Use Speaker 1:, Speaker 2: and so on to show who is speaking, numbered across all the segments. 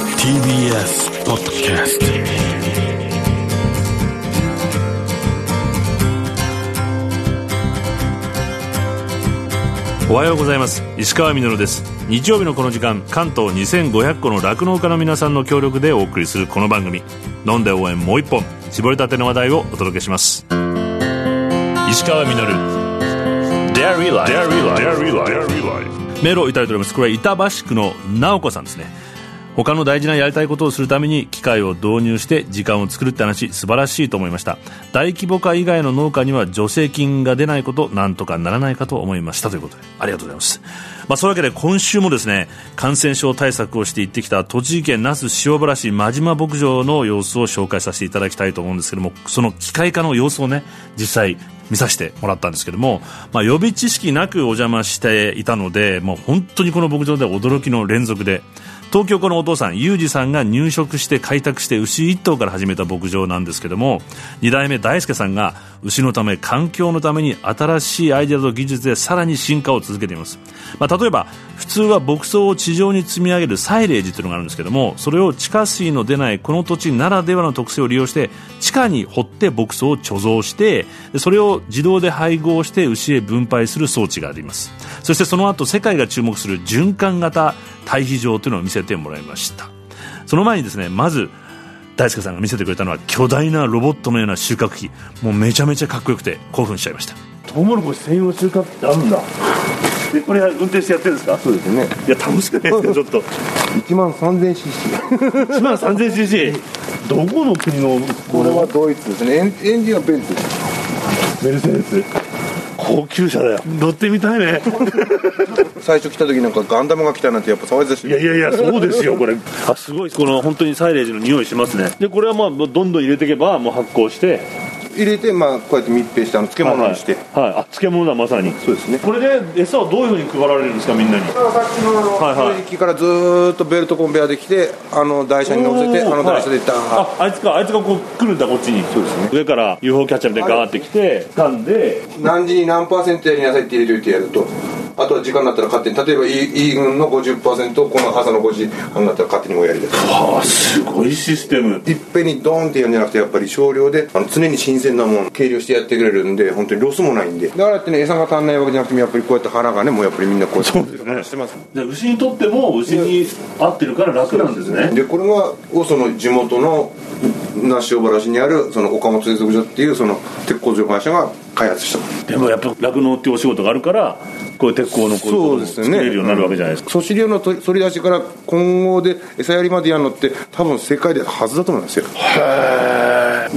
Speaker 1: TBS ポッドキャスト
Speaker 2: おはようございます石川みのるです日曜日のこの時間関東2500個の酪農家の皆さんの協力でお送りするこの番組「飲んで応援もう一本」絞りたての話題をお届けします石川みのるメールをいただいておりますこれは板橋区の直子さんですね他の大事なやりたいことをするために機械を導入して時間を作るって話素晴らしいと思いました大規模化以外の農家には助成金が出ないことなんとかならないかと思いましたということでありがとうございます、まあ、そういうわけで今週もですね感染症対策をして行ってきた栃木県那須塩原市真島牧場の様子を紹介させていただきたいと思うんですけどもその機械化の様子をね実際見させてもらったんですけども、まあ、予備知識なくお邪魔していたのでもう本当にこの牧場では驚きの連続で東京このお父さん裕二さんが入植して開拓して牛一頭から始めた牧場なんですけども2代目大輔さんが牛のため環境のために新しいアイデアと技術でさらに進化を続けています、まあ、例えば普通は牧草を地上に積み上げるサイレージというのがあるんですけどもそれを地下水の出ないこの土地ならではの特性を利用して地下に掘って牧草を貯蔵してでそれを自動で配合して牛へ分配する装置がありますそしてその後世界が注目する循環型堆肥場というのを見せてもらいましたその前にですねまず大輔さんが見せてくれたのは巨大なロボットのような収穫機もうめちゃめちゃかっこよくて興奮しちゃいました
Speaker 3: トウモロコシ専用収穫ってあるんだ
Speaker 2: でこれは運転してやってるんですか
Speaker 3: そうですね
Speaker 2: いや楽しくないですかちょっ と
Speaker 3: 1万 3000cc
Speaker 2: 1万 3000cc どこの国の
Speaker 3: これはドイツですねエンエンジンはベンツ
Speaker 2: メルセデス高級車だよ乗ってみたいね
Speaker 3: 最初来た時なんかガンダムが来たなんてやっぱ騒いでたし
Speaker 2: いやいやいやそうですよこれあすごいこの本当にサイレージの匂いしますねでこれはまあどんどん入れていけばもう発酵して
Speaker 3: 入れてまあこうやって密閉してあの漬物にして、
Speaker 2: はい、はいあ漬物だまさに
Speaker 3: そうですね
Speaker 2: これで餌をどういうふうに配られるんですかみんなに
Speaker 3: さっきのあの
Speaker 2: はいはい
Speaker 3: 掃除機からずーっとベルトコンベヤーできてあの台車に乗せてあの台車でダーッ
Speaker 2: ああいつかあいつがこう来るんだこっちにそう
Speaker 3: ですね
Speaker 2: 上から UFO キャッチャーみたいにガーって来て掴んで
Speaker 3: 何時に何パーセントやりなさいって入れといてやるとあとは時間になったら勝手に例えば E, e 軍の50%この朝の5時半になったら勝手にもうやりだす
Speaker 2: ああすごいシステム
Speaker 3: いっぺんにドーンってやるんじゃなくてやっぱり少量であの常に新鮮なもの計量してやってくれるんで本当にロスもないんでだからってね餌が足んないわけじゃなくてやっぱりこうやって腹がねもうやっぱりみんなこうそうですねしてます
Speaker 2: で牛にとっても牛に合ってるから楽なんですね
Speaker 3: でこれがをその地元の那須塩原市にあるその岡本製作所っていうその鉄工所会社が開発した
Speaker 2: でもやっぱ酪農っていうお仕事があるからこういう鉄鋼のこういうことを作れるようになるわけじゃないですか
Speaker 3: 粗飼料の取り取り出しから混合で餌やりまでやるのって多分世界ではずだと思いますよじ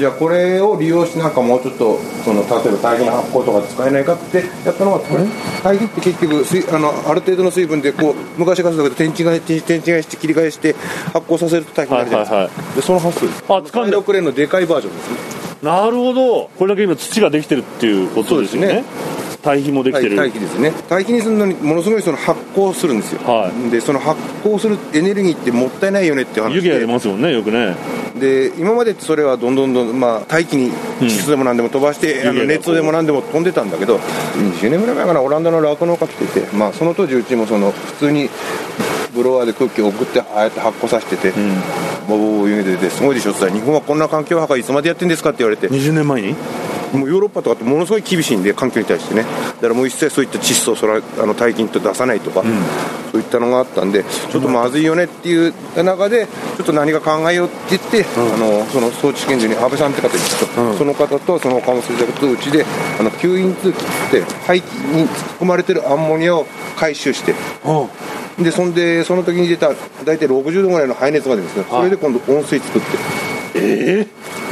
Speaker 3: ゃあこれを利用してなんかもうちょっとその例えば大変発酵とか使えないかってやったのはこれ大変って結局水あのある程度の水分でこう昔からそうだけど天地返し天地返して切り返して発酵させると大変になるじゃないですか、
Speaker 2: はいはい
Speaker 3: でその発想です
Speaker 2: あ掴んだ
Speaker 3: クレーンのでかいバージョンですね
Speaker 2: なるほどこれだけ今土ができてるっていうことですよね
Speaker 3: そうで
Speaker 2: 堆肥もできてる、
Speaker 3: 大気ですね大気にするのにものすごいその発酵するんですよ、
Speaker 2: はい
Speaker 3: でその発酵するエネルギーってもったいないよねっていう話
Speaker 2: 湯気
Speaker 3: で
Speaker 2: が出ますもんねよくね
Speaker 3: で今までってそれはどんどんどん、まあ、大気に湿度でも何でも飛ばして、あ
Speaker 2: いやい
Speaker 3: の
Speaker 2: や
Speaker 3: 熱でも何でも飛んでたんだけど20年ぐらい前かなオランダの酪農家来てて、まあ、その当時うちもその普通にブロワーで空気を送ってああやって発酵させてて、ボボボボ湯気出てすごいでしょって言ったら日本はこんな環境破壊いつまでやってんですかって言われて
Speaker 2: 20年前に
Speaker 3: もうヨーロッパとかってものすごい厳しいんで環境に対してねだからもう一切そういった窒素をそらあの大金と出さないとか、そういったのがあったんでちょっとまずいよねっていう中でちょっと何か考えようって言って、あのその装置研究に安倍さんって方にちょっと、その方とその岡本先生とうちであの吸引通気って排気に含まれてるアンモニアを回収してでそんでその時に出た大体60度ぐらいの排熱が出るんですねそれで今度温水作って
Speaker 2: ええ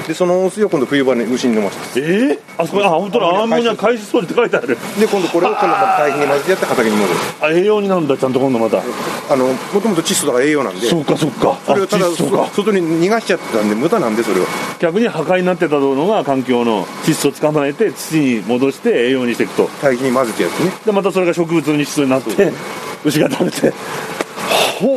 Speaker 3: でその温水を今度冬場に牛に飲ませて
Speaker 2: ええあそこあ本当だアンモニア回収装置って書いてある
Speaker 3: で今度これをこの堆肥に混ぜてやって畑に戻る
Speaker 2: あ栄養になるんだちゃんと今度また
Speaker 3: あのもともと窒素だから栄養なんで
Speaker 2: そうかそうか
Speaker 3: それをただ
Speaker 2: あ窒素か
Speaker 3: 外に逃がしちゃってたんで無駄なんでそれは
Speaker 2: 逆に破壊になってたのが環境の窒素を捕まえて土に戻して栄養にしていくと
Speaker 3: 堆肥に混ぜてやってね
Speaker 2: でまたそれが植物の窒素になって牛が食べてほ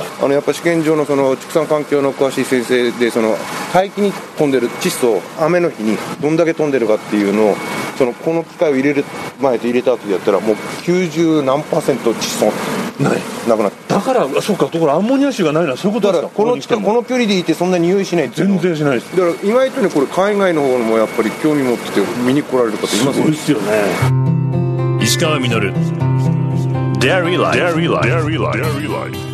Speaker 2: う
Speaker 3: あのやっぱ試験場のその畜産環境の詳しい先生でその大気に飛んでる窒素を雨の日にどんだけ飛んでるかっていうのをそのこの機械を入れる前と入れた後でやったらもう90何パーセント窒素
Speaker 2: ない
Speaker 3: なくなって
Speaker 2: だからあそうかところアンモニア臭がないのはそういうこと
Speaker 3: だ
Speaker 2: で
Speaker 3: か
Speaker 2: すか
Speaker 3: らこの
Speaker 2: に来て
Speaker 3: 近
Speaker 2: も
Speaker 3: この距離でいてそんな匂いしないっていうの
Speaker 2: 全然
Speaker 3: は
Speaker 2: しないです
Speaker 3: だから意外とねこれ海外の方もやっぱり興味持ってて見に来られる方いますよ
Speaker 2: すよね石川稔 Dairy Life Dairy Life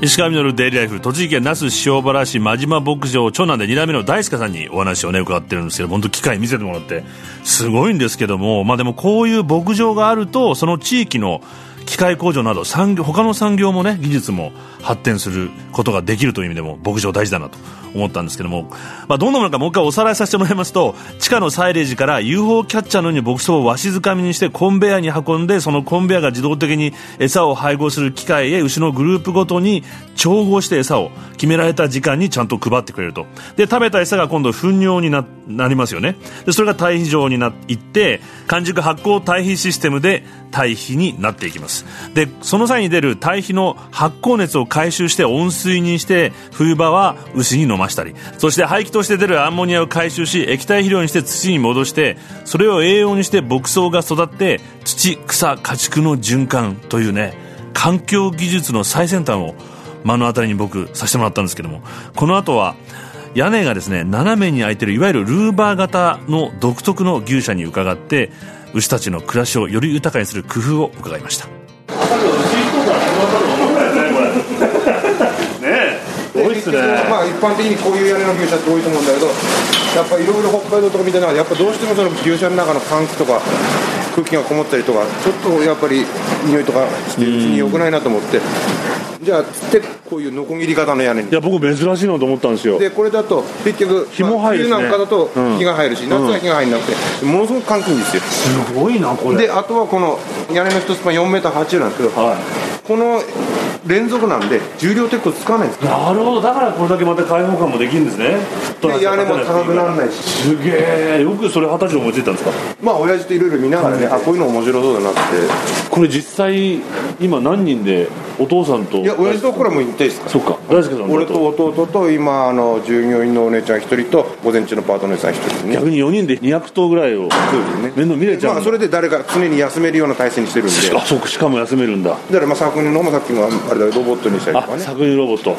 Speaker 2: 石川稔デイリーライフ栃木県那須塩原市真島牧場長男で2代目の大輔さんにお話をね伺ってるんですけど本当機械見せてもらってすごいんですけどもまあでもこういう牧場があるとその地域の機械工場など産業他の産業もね技術も発展することができるという意味でも牧場大事だなと思ったんですけども、まあ、どんなものかもう一回おさらいさせてもらいますと地下のサイレージから UFO キャッチャーのように牧草をわしづかみにしてコンベヤーに運んでそのコンベヤーが自動的に餌を配合する機械へ牛のグループごとに調合して餌を決められた時間にちゃんと配ってくれるとで食べた餌が今度糞尿にななりますよねでそれが堆肥状になっていって完熟発酵堆肥システムで堆肥になっていきますでその際に出る堆肥の発酵熱を回収して温水にして冬場は牛に飲ましたりそして排気として出るアンモニアを回収し液体肥料にして土に戻してそれを栄養にして牧草が育って土草家畜の循環というね環境技術の最先端を目の当たりに僕させてもらったんですけどもこの後は屋根がですね斜めに開いてるいわゆるルーバー型の独特の牛舎に伺って牛たちの暮らしをより豊かにする工夫を伺いました多いっすね
Speaker 3: まあ一般的にこういう屋根の牛舎って多いと思うんだけどやっぱいろいろ北海道とか見た中でやっぱどうしてもその牛舎の中の換気とか空気がこもったりとかちょっとやっぱり匂いとかしてるうちに良くないなと思ってじゃあつってこういうノコギリ型の屋根に
Speaker 2: いや僕珍しいのと思ったんですよ
Speaker 3: でこれだと結局
Speaker 2: 日も入るしね
Speaker 3: まあ冬なんかだと
Speaker 2: うん
Speaker 3: 日が入るし、夏は日が入らなくてものすごく換気いいんですよ
Speaker 2: すごいなこ
Speaker 3: であとはこの屋根の一つまあ 4m80 なんですけど、
Speaker 2: は
Speaker 3: この連続なんで重量鉄骨つかないんです
Speaker 2: いなるほどだからこれだけまた開放感もできるんですね
Speaker 3: で屋根も高くならないし
Speaker 2: すげえよくそれ二十歳で思いついたんですか
Speaker 3: まあ親父といろいろ見ながらね、あこういうの面白そうだなって
Speaker 2: これ実際今何人でお父さんとい
Speaker 3: いや親父とこれはもう引退ですか
Speaker 2: そっか大輔さん
Speaker 3: 俺と弟と今あの従業員のお姉ちゃん一人と午前中のパートのお姉さん一人ですね
Speaker 2: 逆に4人で200頭ぐらいを
Speaker 3: そうですね
Speaker 2: 面倒見れちゃう
Speaker 3: まあそれで誰か常に休めるような体制にしてるんで
Speaker 2: あそうかしかも休めるんだ
Speaker 3: だからまあ作品の方もさっきもあれだけどロボットにしたりとか
Speaker 2: あ
Speaker 3: ね
Speaker 2: 作品ロボット
Speaker 3: ま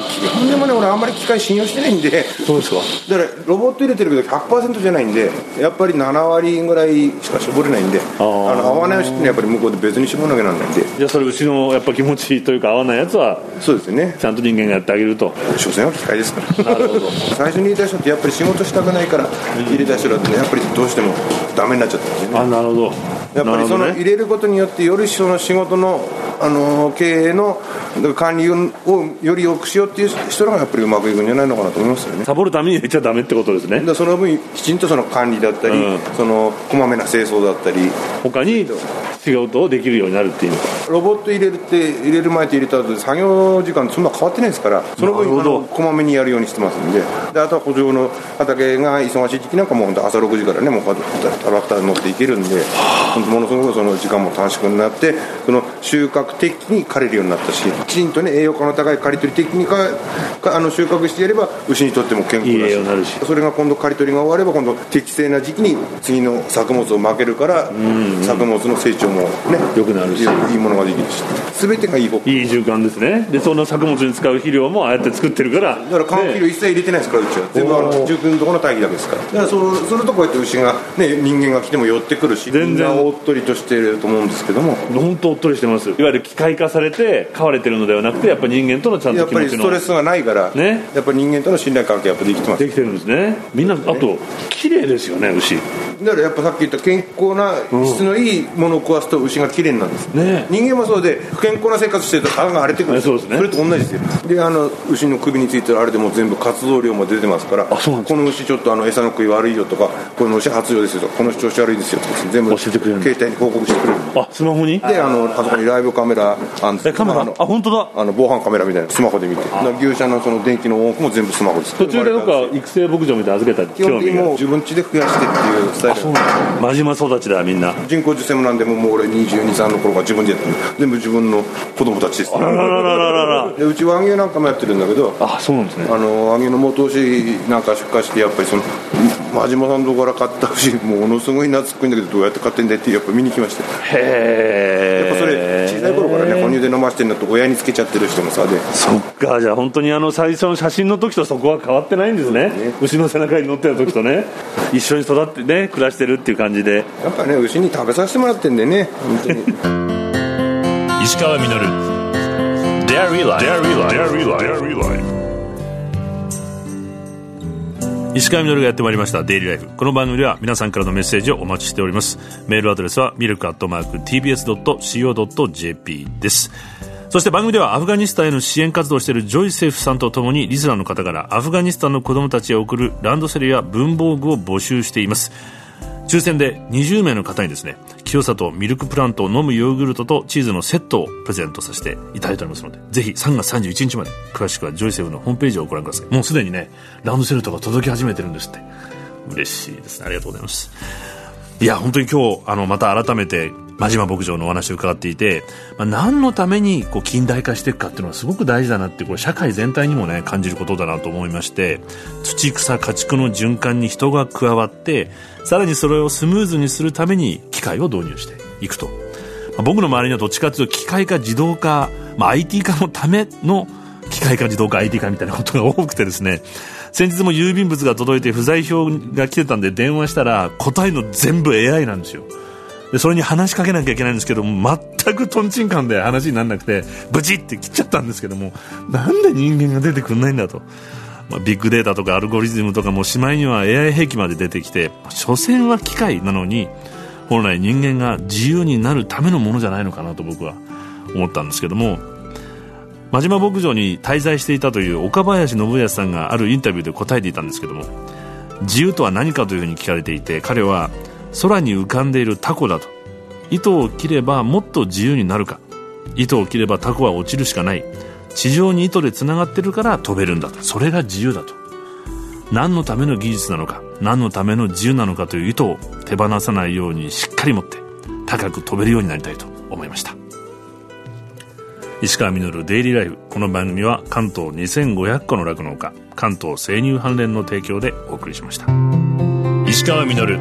Speaker 3: あ基本でもね俺あんまり機械信用してないんで
Speaker 2: そうですか
Speaker 3: だからロボット入れてるけど100%じゃないんでやっぱり7割ぐらいしか絞れないんであ
Speaker 2: ー
Speaker 3: の合わない人にはやっぱり向こうで別に絞らなきゃなんないんで
Speaker 2: じゃあそれ牛のやっぱ気持ちというか合わないやつは
Speaker 3: そうですよね
Speaker 2: ちゃんと人間がやってあげると
Speaker 3: 所詮は機械ですから
Speaker 2: なるほど
Speaker 3: 最初に入れた人ってやっぱり仕事したくないから入れた人だとねやっぱりどうしてもダメになっちゃったんですよね
Speaker 2: あなるほど
Speaker 3: やっぱりその
Speaker 2: なるほど
Speaker 3: 入
Speaker 2: ね
Speaker 3: れることによってよりその仕事の、あのー経営の管理をより良くしようっていう人らがやっぱりうまくいくんじゃないのかなと思いますよね
Speaker 2: サボるために入れちゃダメってことですね
Speaker 3: だからその分きちんとその管理だったり、
Speaker 2: うん
Speaker 3: そのこまめな清掃だったり
Speaker 2: 他に仕事をできるようになるっていうの
Speaker 3: ロボット入れるって入れる前と入れた後で作業時間そんな変わってないですからその
Speaker 2: なる
Speaker 3: 分
Speaker 2: ほ
Speaker 3: あ
Speaker 2: ど
Speaker 3: のこまめにやるようにしてますんでであとは補助の畑が忙しい時期なんかもう本当朝6時からねもうこうやってトラクターに乗っていけるんで本当ものすごくその時間も短縮になってその収穫的に刈れるようになったしきちんとね栄養価の高い刈り取り的にかかあの収穫してやれば牛にとっても健康だ
Speaker 2: いい栄
Speaker 3: し
Speaker 2: 養になるし
Speaker 3: それが今度刈り取りが終われば今度適正な時期に次の作物を負けるから作物の成長もね
Speaker 2: 良くなるし
Speaker 3: いいものができるし全てがいい方向
Speaker 2: いい循環ですねでその作物に使う肥料もああやって作ってるから
Speaker 3: だから換気量一切入れてないですからうちは全部あ
Speaker 2: おー
Speaker 3: の中君のところの大気だけですからだからそそれとこうやって牛が、ね、人間が来ても寄ってくるし
Speaker 2: 全然
Speaker 3: みんなおっとりとしてると思うんですけども
Speaker 2: 本当おっとりしてますいわゆる機械化されて飼われてるのではなくてやっぱ人間とのちゃん
Speaker 3: や
Speaker 2: と
Speaker 3: っ
Speaker 2: 気
Speaker 3: ぱ
Speaker 2: 持
Speaker 3: り
Speaker 2: ち
Speaker 3: ス
Speaker 2: の
Speaker 3: トレスがないから、
Speaker 2: ね
Speaker 3: やっぱり人間との信頼関係やっぱできてます
Speaker 2: できてるんですねみんなあと綺麗ですよね牛
Speaker 3: だからやっぱさっき言った健康な質のいいものを食わすと牛が綺麗になるんです、
Speaker 2: ねえ
Speaker 3: 人間もそうで不健康な生活してると歯が荒れてくるん
Speaker 2: そうですね
Speaker 3: それと同じですよであの牛の首についてるあれでもう全部活動量も出てますから
Speaker 2: あそうなんです
Speaker 3: この牛ちょっとあの餌の食い悪いよとかこの牛発情ですよとかこの牛調子悪いですよとか全部
Speaker 2: 教えてくれるんだ
Speaker 3: 携帯に報告してくれる
Speaker 2: あスマホに
Speaker 3: であのあそこにライブカメラあんです
Speaker 2: えカメラ
Speaker 3: あ
Speaker 2: あ
Speaker 3: の
Speaker 2: 本当だ
Speaker 3: あの防犯カメラみたいなのスマホで見てだから牛舎のその電気のオンオフも全部スマホです
Speaker 2: 途中でどっか育成牧場みたいなの預けたり
Speaker 3: 基本的に
Speaker 2: が
Speaker 3: もう自分家で増やしてっていうス伝える
Speaker 2: 真島育ちだみんな
Speaker 3: 人工受精もなんでももう俺22、3の頃から自分でやってる全部自分の子供たちですでうち和牛なんかもやってるんだけど
Speaker 2: あそうなんですね
Speaker 3: あの和牛の元牛なんか出荷してやっぱりその真島さんのとこから買った牛ものすごい懐っこいんだけどどうやって買ってんだよってやっぱ見に来ました
Speaker 2: へえ
Speaker 3: やっぱそれ小さい頃からね哺乳で飲ましてるのと親につけちゃってる人の差で
Speaker 2: そっかじゃあ本当にあの最初の写真の時とそこは変わってないんですね牛の背中に乗ってた時とね一緒に育ってね暮らしてるっていう感じで
Speaker 3: やっぱね牛に食べさせてもらってんでね本当に
Speaker 2: 石川稔 Dairy Life Dairy Life 石川稔がやってまいりました「デイリーライフ」この番組では皆さんからのメッセージをお待ちしておりますメールアドレスはミルクアットマーク TBS.CO.jp ですそして番組ではアフガニスタンへの支援活動をしているジョイセフさんとともにリスナーの方からアフガニスタンの子供たちへ送るランドセルや文房具を募集しています抽選で20名の方にですね清里ミルクプラントを飲むヨーグルトとチーズのセットをプレゼントさせていただいておりますのでぜひ3月31日まで詳しくはジョイセブのホームページをご覧くださいもうすでにねランドセルとか届き始めてるんですって嬉しいですねありがとうございますいや本当に今日あのまた改めて真島牧場のお話を伺っていて、まあ、何のためにこう近代化していくかっていうのはすごく大事だなってこれ社会全体にもね感じることだなと思いまして土草家畜の循環に人が加わってさらにそれをスムーズにするために機械を導入していくと、まあ僕の周りにはどっちかというと機械化自動化、まあ、IT 化のための機械化自動化 IT 化みたいなことが多くてですね先日も郵便物が届いて不在票が来てたんで電話したら答えの全部 AI なんですよでそれに話しかけなきゃいけないんですけど全くとんちんかんで話にならなくてブチって切っちゃったんですけどもなんで人間が出てくんないんだと、まあ、ビッグデータとかアルゴリズムとかもしまいには AI 兵器まで出てきて所詮は機械なのに本来人間が自由になるためのものじゃないのかなと僕は思ったんですけども真島牧場に滞在していたという岡林信康さんがあるインタビューで答えていたんですけども自由とは何かというふうに聞かれていて彼は空に浮かんでいるタコだと糸を切ればもっと自由になるか糸を切ればタコは落ちるしかない地上に糸でつながってるから飛べるんだとそれが自由だと何のための技術なのか何のための自由なのかという糸を手放さないようにしっかり持って高く飛べるようになりたいと思いました石川稔デイリーライフこの番組は関東2500個の酪農家関東生乳関連の提供でお送りしました石川稔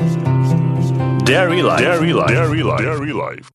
Speaker 2: Dairy Life. Dairy Life. Dairy Life.